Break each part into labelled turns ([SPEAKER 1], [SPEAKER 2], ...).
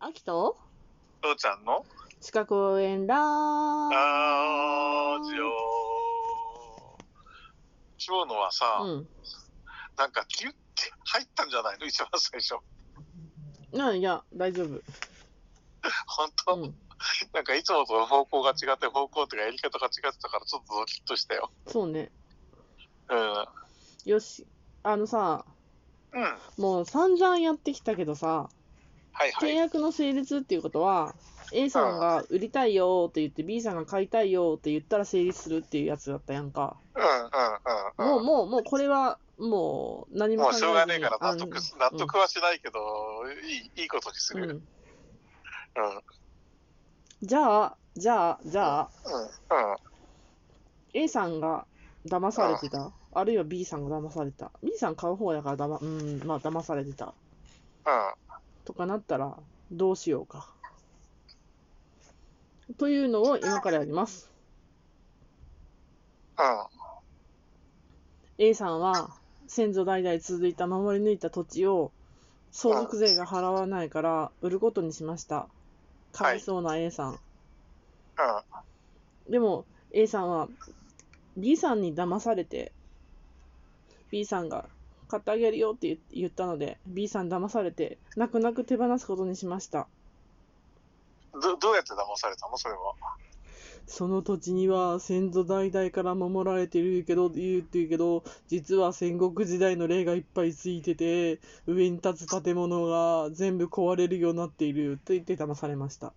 [SPEAKER 1] 秋と
[SPEAKER 2] 父ちゃんの
[SPEAKER 1] 近く応援ラ
[SPEAKER 2] ラジ
[SPEAKER 1] ジ
[SPEAKER 2] オ今日のはさ、
[SPEAKER 1] うん。
[SPEAKER 2] なんかキュッて入ったんじゃないの一番最初
[SPEAKER 1] うん、いや、大丈夫。
[SPEAKER 2] 本当、
[SPEAKER 1] うん。
[SPEAKER 2] なんかいつもと方向が違って方向とかやり方が違ってたからちょっとドキッとしたよ
[SPEAKER 1] そうね。
[SPEAKER 2] うん
[SPEAKER 1] よし。あのさ、
[SPEAKER 2] うんはい
[SPEAKER 1] もう散々やってきたけどさ、
[SPEAKER 2] は
[SPEAKER 1] 契
[SPEAKER 2] い
[SPEAKER 1] 約の成立っていうことは、A さんが売りたいよって言って B さんが買いたいよって言ったら成立するっていうやつだったやんか。
[SPEAKER 2] うんうんうん
[SPEAKER 1] も
[SPEAKER 2] う
[SPEAKER 1] う、
[SPEAKER 2] ん
[SPEAKER 1] もう、もうこれは、もう何も
[SPEAKER 2] も
[SPEAKER 1] 考え
[SPEAKER 2] うし
[SPEAKER 1] ずに
[SPEAKER 2] ょうがねえから納得
[SPEAKER 1] あ
[SPEAKER 2] 納得はしないけど、いいいいことにす
[SPEAKER 1] う
[SPEAKER 2] る、うんうんん、
[SPEAKER 1] じゃあ、じゃあ、じゃあ、
[SPEAKER 2] うんうん
[SPEAKER 1] A さんが騙されてた、あるいは B さんが騙された、B さん買う方やからだま、うーん、まあ騙されてたとかなったらどうしようか。というのを今からやります。A さんは先祖代々続いた守り抜いた土地を相続税が払わないから売ることにしました。かわいそうな A さん。
[SPEAKER 2] うん
[SPEAKER 1] でも A さんは B さんに騙されて B さんが買ってあげるよって言言ったので B さん騙されて泣く泣く手放すことにしました
[SPEAKER 2] うんどどうやって騙されたのそれは
[SPEAKER 1] その土地には先祖代々から守られてるけど言うっていうけど実は戦国時代の霊がいっぱいついてて上に立つ建物が全部壊れるようになっているって言って騙されました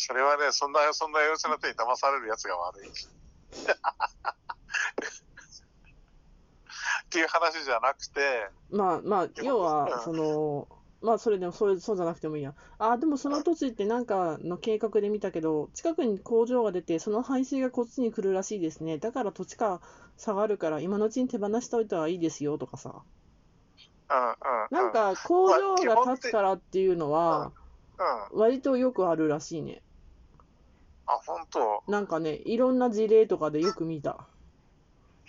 [SPEAKER 2] それはね、そんな、そんな幼稚な手に騙されるやつが悪い。 っていう話じゃなくて、
[SPEAKER 1] まあまあ
[SPEAKER 2] でも
[SPEAKER 1] 要
[SPEAKER 2] うん
[SPEAKER 1] はそのまあそれでもそれそうじゃなくてもいいやあーでもその土地ってなんかの計画で見たけど近くに工場が出てその排水がこっちに来るらしいですねだから土地価下がるから今のうちに手放しておいたらいいですよとかさ
[SPEAKER 2] うんうん、
[SPEAKER 1] なん、か工場が建つからっていうの
[SPEAKER 2] まあ
[SPEAKER 1] は
[SPEAKER 2] うん、あ、
[SPEAKER 1] 割とよくあるらしいね
[SPEAKER 2] 本当。
[SPEAKER 1] なんかねいろんな事例とかでよく見た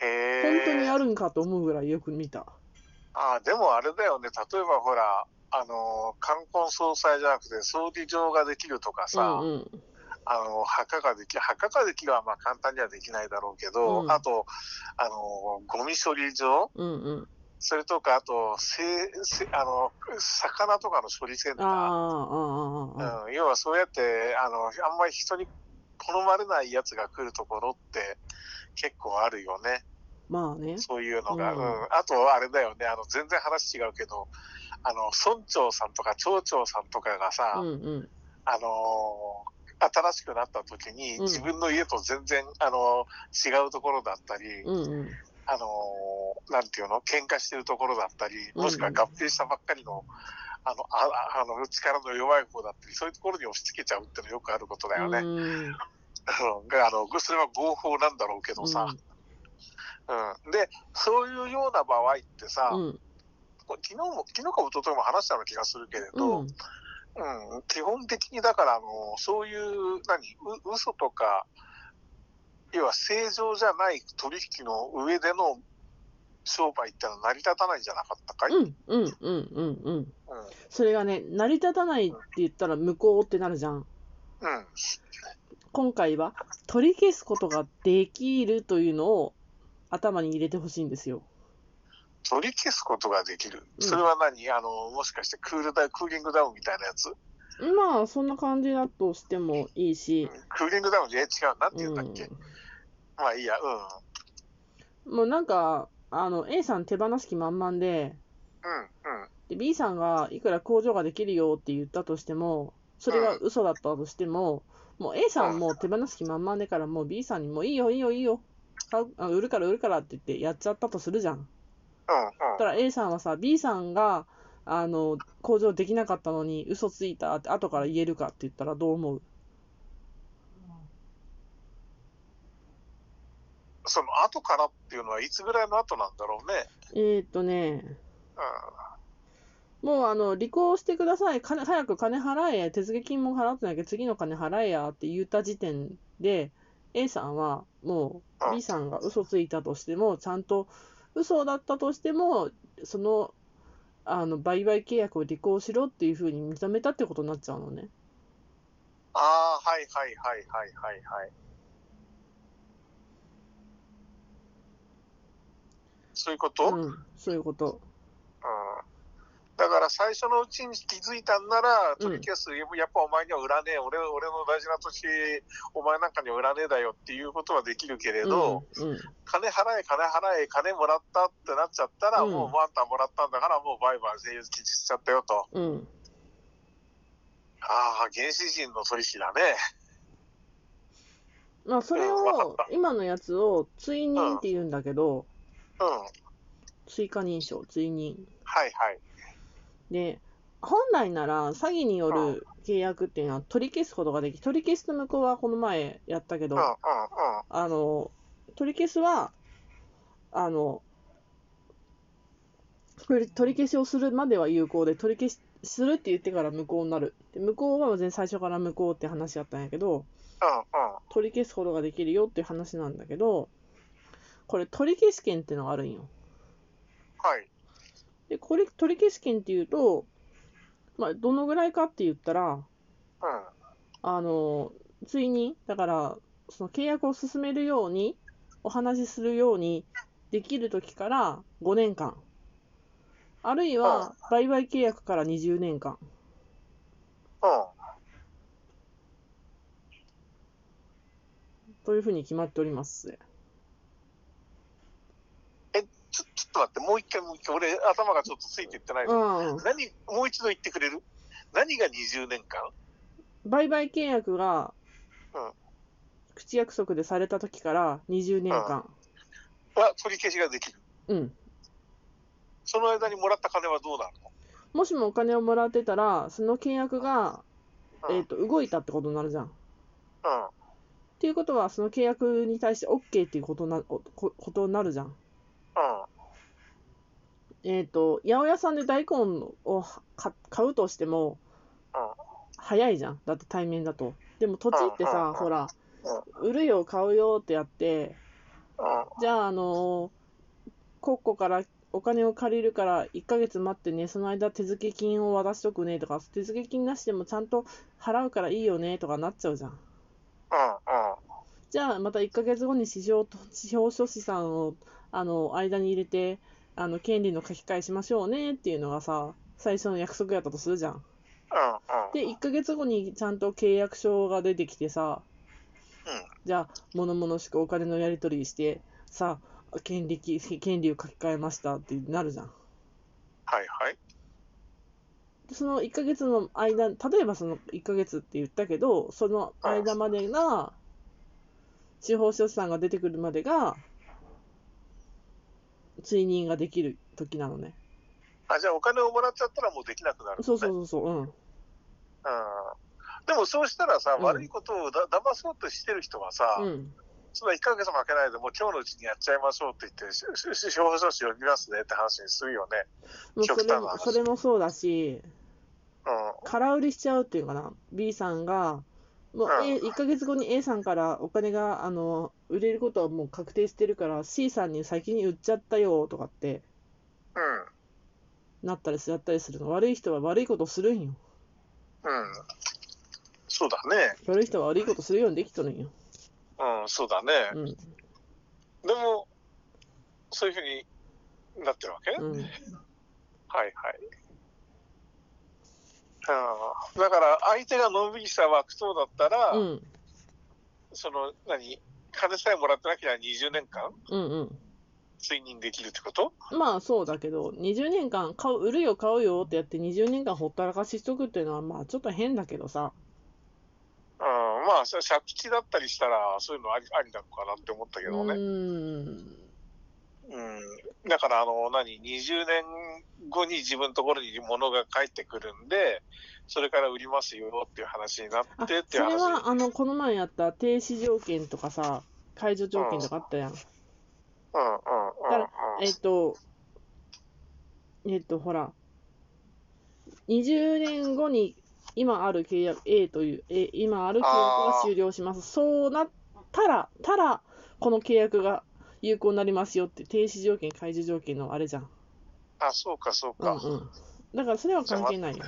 [SPEAKER 2] へえ。
[SPEAKER 1] 本当にあるんかと思うぐらいよく見た
[SPEAKER 2] あ、でもあれだよね、例えばほら、あの、冠婚葬祭じゃなくて、葬儀場ができるとか
[SPEAKER 1] う
[SPEAKER 2] さ、
[SPEAKER 1] んうん
[SPEAKER 2] あの墓ができ墓ができはまあ簡単にはできないだろうけど、
[SPEAKER 1] うん
[SPEAKER 2] あとあのゴミ処理場、
[SPEAKER 1] うんうん
[SPEAKER 2] それとか、あと、せせあの魚とかの処理センタ
[SPEAKER 1] あー
[SPEAKER 2] ー、
[SPEAKER 1] あーあーあーあ
[SPEAKER 2] うん、要はそうやってあの、あんまり人に好まれないやつが来るところって結構あるよね、
[SPEAKER 1] まあね
[SPEAKER 2] そういうのが。
[SPEAKER 1] う
[SPEAKER 2] うんんあと、あれだよねあの、全然話違うけど、あの村長さんとか町長さんとかがさ、
[SPEAKER 1] うんうん
[SPEAKER 2] あの新しくなった時に、
[SPEAKER 1] うん
[SPEAKER 2] 自分の家と全然、あの違うところだったり、
[SPEAKER 1] うんうん
[SPEAKER 2] あのーなんていうの、喧嘩してるところだったり、もしくは合併したばっかりの、あの、ああの力の弱い方だったり、そういうところに押し付けちゃうってのはよくあることだよね。
[SPEAKER 1] うん
[SPEAKER 2] あの、それは合法なんだろうけどさ。うん。で、そういうような場合ってさ、
[SPEAKER 1] うん
[SPEAKER 2] こう昨日も、昨日か一昨日も話したような気がするけれ
[SPEAKER 1] うん
[SPEAKER 2] ど、うん、基本的にだから、あの、そういう、何、う嘘とか、要は正常じゃない取引の上での商売ってのは成り立たないんじゃなかったかい、
[SPEAKER 1] うんうんうんうんうん
[SPEAKER 2] うん
[SPEAKER 1] それがね成り立たないって言ったら無効ってなるじゃん
[SPEAKER 2] うん、
[SPEAKER 1] 今回は取り消すことができるというのを頭に入れてほしいんですよ
[SPEAKER 2] 取り消すことができる。
[SPEAKER 1] うん
[SPEAKER 2] それは何あの、もしかしてクールダウン、クーリングダウンみたいなやつ
[SPEAKER 1] まあそんな感じだとしてもいいし、
[SPEAKER 2] クーリングダウン、え、違う、なんて言
[SPEAKER 1] う
[SPEAKER 2] うん
[SPEAKER 1] ん
[SPEAKER 2] だっけ、まあいいや、うん。うん。
[SPEAKER 1] もうなんかあの A さん手放す気満々で
[SPEAKER 2] う
[SPEAKER 1] で
[SPEAKER 2] ん。
[SPEAKER 1] B さんがいくら工場ができるよって言ったとしてもそれが嘘だったとしても、もう A さんも手放す気満々でからもう B さんにもういいよいいよいいよ買うあ売るから売るからって言ってやっちゃったとするじゃん
[SPEAKER 2] うん。
[SPEAKER 1] だから A さんはさ B さんがあの工場できなかったのに嘘ついたって後から言えるかって言ったらどう思う
[SPEAKER 2] その後からっていうのはいつぐらいの後なんだろうね。
[SPEAKER 1] えー、っとね
[SPEAKER 2] う
[SPEAKER 1] もうあの履行してください金早く金払え手付金も払ってないけど次の金払えやって言った時点で A さんはも
[SPEAKER 2] う
[SPEAKER 1] うん B さんが嘘ついたとしてもちゃんと嘘だったとしてもそのあの売買契約を履行しろっていうふうに認めたってことになっちゃうのね。
[SPEAKER 2] ああ、はいはいはいはいはいはい。そういうこと、うん、
[SPEAKER 1] うん、そういうこと。
[SPEAKER 2] だから最初のうちに気づいたんなら、
[SPEAKER 1] うん
[SPEAKER 2] 取り消す、やっぱお前には売らねえ、俺俺の大事な土地、お前なんかには売らねえだよっていうことはできるけれど、
[SPEAKER 1] うん、うん、
[SPEAKER 2] 金払え、金払え、金もらったってなっちゃったら、
[SPEAKER 1] うん
[SPEAKER 2] もうあんたもらったんだから、もうバイバイ、税金しちゃったよと。
[SPEAKER 1] うん、
[SPEAKER 2] ああ、原始人の取引だね。
[SPEAKER 1] まあそれ
[SPEAKER 2] うんわかっ
[SPEAKER 1] を
[SPEAKER 2] た
[SPEAKER 1] 今のやつを追認って言うんだけど、
[SPEAKER 2] うん、
[SPEAKER 1] 追加認証追認
[SPEAKER 2] はいはい。
[SPEAKER 1] で本来なら詐欺による契約っていうのは取り消すことができ取り消すと向こうはこの前やったけ
[SPEAKER 2] う
[SPEAKER 1] ど
[SPEAKER 2] んうんうん。
[SPEAKER 1] あの取り消すはあのこれ取り消しをするまでは有効で取り消しするって言ってから無効になるで無効は全然最初から無効って話やったんやけど、
[SPEAKER 2] うんうん。
[SPEAKER 1] 取り消すことができるよっていう話なんだけど、これ取り消し権っていうのがあるんよ。
[SPEAKER 2] はい。
[SPEAKER 1] で、これ取り消し権っていうと、まあ、どのぐらいかって言ったら、
[SPEAKER 2] うん。
[SPEAKER 1] あの、ついに、だから、その契約を進めるように、お話しするようにできる時から5年間。あるいは、売買契約から20年間。
[SPEAKER 2] うん。
[SPEAKER 1] というふうに決まっております。
[SPEAKER 2] ちょちょっと待って、もう一回、もう一回、俺、頭がちょっとついていってないぞ
[SPEAKER 1] うん。
[SPEAKER 2] 何、もう一度言ってくれる何が20年間
[SPEAKER 1] 売買契約が
[SPEAKER 2] うん
[SPEAKER 1] 口約束でされた時から20年間、
[SPEAKER 2] は取り消しができる。
[SPEAKER 1] うん、
[SPEAKER 2] その間にもらった金はどうなる
[SPEAKER 1] もしもお金をもらってたらその契約が、
[SPEAKER 2] の
[SPEAKER 1] えー、と動いたってことになるじゃん。っ
[SPEAKER 2] うん。うん。
[SPEAKER 1] ていうことはその契約に対して OK っていうことなおこことになるじゃん。えっ、と八百屋さんで大根をか買うとしても、
[SPEAKER 2] うん
[SPEAKER 1] 早いじゃんだって対面だと。でも土地って
[SPEAKER 2] うんうん
[SPEAKER 1] さ、
[SPEAKER 2] うん
[SPEAKER 1] ほら、売るよ買うよってやって
[SPEAKER 2] うん。
[SPEAKER 1] じゃあ、あの国庫からお金を借りるから1ヶ月待ってね、その間手付金を渡しとくねとか、手付金なしでもちゃんと払うからいいよねとかなっちゃうじゃん。
[SPEAKER 2] うん。うん。
[SPEAKER 1] じゃあ、また1ヶ月後に市場と、司法書士さんをあの間に入れて、あの権利の書き換えしましょうねっていうのがさ、最初の約束やったとするじゃん。
[SPEAKER 2] うん。うん。
[SPEAKER 1] で、1ヶ月後にちゃんと契約書が出てきてさ、
[SPEAKER 2] うん
[SPEAKER 1] じゃあ、物々しくお金のやり取りして、さあ、権利き、権利を書き換えましたってなるじゃん。
[SPEAKER 2] はいはい。
[SPEAKER 1] でその1ヶ月の間、例えばその1ヶ月って言ったけど、その間までが、司法書士さんが出てくるまでが、追認ができる時なのね。
[SPEAKER 2] あ、じゃあお金をもらっちゃったらもうできなくなる、ね。
[SPEAKER 1] そうそうそうそう、うん。
[SPEAKER 2] うん。でもそうしたらさ、
[SPEAKER 1] うん
[SPEAKER 2] 悪いことをだ騙そうとしてる人はさ、
[SPEAKER 1] うん。
[SPEAKER 2] その1ヶ月も開けないで、もう今日のうちにやっちゃいましょうって言って、しし司法書士読みますねって話にするよね。
[SPEAKER 1] もうそ
[SPEAKER 2] 極端
[SPEAKER 1] れ
[SPEAKER 2] な
[SPEAKER 1] も、
[SPEAKER 2] 話
[SPEAKER 1] それもそうだし、
[SPEAKER 2] うん。
[SPEAKER 1] 空売りしちゃうっていうかな B さんがもう
[SPEAKER 2] うん
[SPEAKER 1] A 1ヶ月後に A さんからお金があの売れることはもう確定してるから C さんに先に売っちゃったよとかって
[SPEAKER 2] うん。
[SPEAKER 1] なったりしちゃったりするの悪い人は悪いことするんよ
[SPEAKER 2] うんそうだね。
[SPEAKER 1] 悪い人は悪いことするようにできとるんよ、
[SPEAKER 2] うん、そうだね。
[SPEAKER 1] うん
[SPEAKER 2] でも、そういうふうになってるわけ、
[SPEAKER 1] うん、
[SPEAKER 2] はいはい。ああだから、相手がのんびりした枠そうだったら、
[SPEAKER 1] うん
[SPEAKER 2] その、何金さえもらってなければ20年間
[SPEAKER 1] うん
[SPEAKER 2] 追認できるってこと
[SPEAKER 1] うんまあそうだけど20年間買う売るよ買うよってやって20年間ほったらかししとくっていうのはまあちょっと変だけどさ
[SPEAKER 2] うん、まあ、それ借地だったりしたら、そういうのありありなのかなって思ったけ
[SPEAKER 1] う
[SPEAKER 2] どね。
[SPEAKER 1] ーん
[SPEAKER 2] うんだから、あの、何、20年後に自分のところに物が返ってくるんで、それから売りますよっていう話にな
[SPEAKER 1] あ
[SPEAKER 2] っ
[SPEAKER 1] そ
[SPEAKER 2] て
[SPEAKER 1] れ
[SPEAKER 2] っていう話。
[SPEAKER 1] はあのこの前やった停止条件とかさ解除条件とかあったやん
[SPEAKER 2] うんうんうんうん。
[SPEAKER 1] えっと、えっと、ほら、20年後に今ある契約、A という、え今ある契約が終了します。そうなったら、たら、この契約が有効になりますよって、停止条件、開示条件のあれじゃん。
[SPEAKER 2] あ、そうか、そう
[SPEAKER 1] うん
[SPEAKER 2] か。
[SPEAKER 1] うん。だからそれは関係ないよ。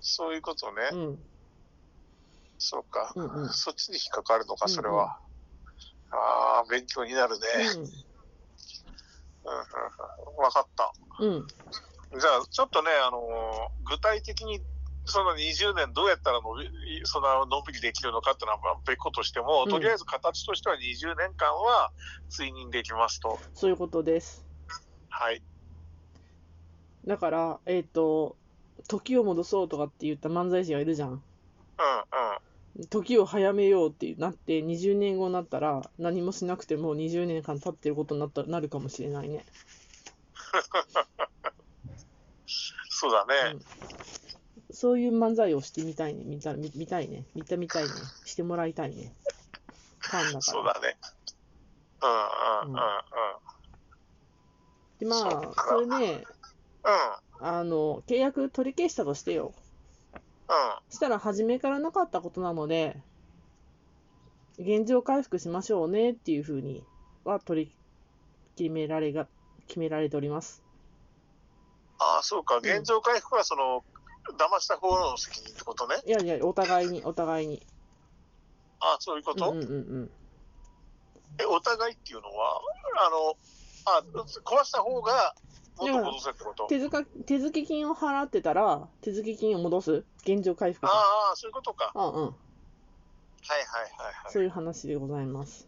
[SPEAKER 2] そういうことね。
[SPEAKER 1] うん。
[SPEAKER 2] そうか、
[SPEAKER 1] うんうん
[SPEAKER 2] そっちに引っかかるのか、
[SPEAKER 1] うんうん
[SPEAKER 2] それは。ああ、勉強になるね。うんうんうん、分かった。
[SPEAKER 1] うん。うん。
[SPEAKER 2] じゃあ、ちょっとね、あのー具体的に、その20年どうやったら伸び、そののんびりできるのかっていうのはまあ別個としても、
[SPEAKER 1] うん
[SPEAKER 2] とりあえず形としては20年間は追認できますと。
[SPEAKER 1] そういうことです。
[SPEAKER 2] はい。
[SPEAKER 1] だから、えっ、と、時を戻そうとかって言った漫才師がいるじゃん。
[SPEAKER 2] うんうん。
[SPEAKER 1] 時を早めようってなって、20年後になったら、何もしなくても20年間経ってることになったなるかもしれないね。
[SPEAKER 2] そうだね。
[SPEAKER 1] そういう漫才をしてみたいね。見た見見たいね。見たみたいね。してもらいたいね。ファンだか
[SPEAKER 2] そう
[SPEAKER 1] ら。
[SPEAKER 2] だね。うんうんうんうん。うん。
[SPEAKER 1] で、ま
[SPEAKER 2] そう
[SPEAKER 1] あ、
[SPEAKER 2] か
[SPEAKER 1] それね、
[SPEAKER 2] うん
[SPEAKER 1] あの、契約取り消したとしてよ。したら初めからなかったことなので現状回復しましょうねっていうふうには取り決められが決められております
[SPEAKER 2] ああ、そうか。現状回復は、その、騙した方の責任ってことね。
[SPEAKER 1] いやいやお互いにお互いに
[SPEAKER 2] ああ、そういうこ
[SPEAKER 1] うん
[SPEAKER 2] と、
[SPEAKER 1] うんうん
[SPEAKER 2] え、お互いっていうのは、あの、あ、壊した方が、元戻せってこと
[SPEAKER 1] 手塚手付金を払ってたら手付金を戻す現状回復
[SPEAKER 2] あ
[SPEAKER 1] か
[SPEAKER 2] あ、そういうことか。
[SPEAKER 1] うんうん
[SPEAKER 2] はいはいはいはい。
[SPEAKER 1] そういう話でございます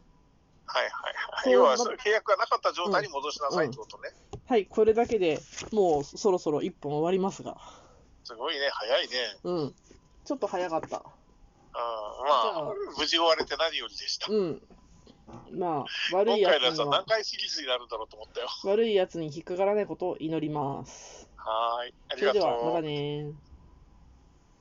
[SPEAKER 2] はいはいは
[SPEAKER 1] そ
[SPEAKER 2] い。
[SPEAKER 1] う
[SPEAKER 2] 要は、
[SPEAKER 1] ま
[SPEAKER 2] その契約がなかった状態に戻しなさいってことね。
[SPEAKER 1] はいこれだけでもうそろそろ1本終わりますが
[SPEAKER 2] すごいね、早いね。
[SPEAKER 1] うんちょっと早かった
[SPEAKER 2] うん、まあ、無事終われて何よりでした。
[SPEAKER 1] うんまあ悪
[SPEAKER 2] 今
[SPEAKER 1] いや
[SPEAKER 2] 回
[SPEAKER 1] つ
[SPEAKER 2] のやつ
[SPEAKER 1] に
[SPEAKER 2] は
[SPEAKER 1] は
[SPEAKER 2] 何回シリーズになるんだろうと思ったよ。
[SPEAKER 1] 悪いやつに引っかからないことを祈ります
[SPEAKER 2] はーい。あ
[SPEAKER 1] そ
[SPEAKER 2] り
[SPEAKER 1] れ
[SPEAKER 2] がと
[SPEAKER 1] で
[SPEAKER 2] う。
[SPEAKER 1] はまたねー。